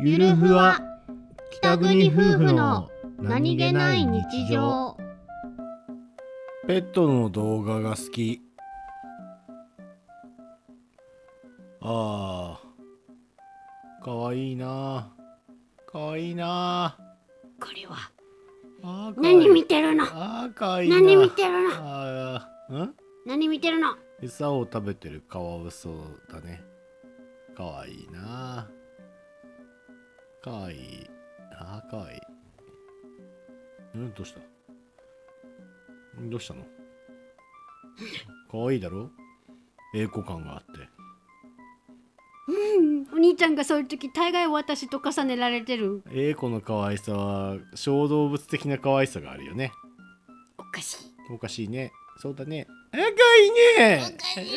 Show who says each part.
Speaker 1: ゆるふわ北国夫婦のペットの動画が好きああかわいいなかわいいな
Speaker 2: これは
Speaker 1: あーかわいい
Speaker 2: 何見てるの
Speaker 1: あーかわいいな
Speaker 2: 何見てるの
Speaker 1: あーん
Speaker 2: 何見てるの
Speaker 1: 餌を食べてるカワウソだねかわいいなかわいいあーかわいいうんどうしたんどうしたのかわいいだろ栄光感があって
Speaker 2: うんお兄ちゃんがそういう時大概私と重ねられてる
Speaker 1: 栄子の可愛さは小動物的な可愛さがあるよね
Speaker 2: おかしい
Speaker 1: おかしいねそうだねあかいねあかいね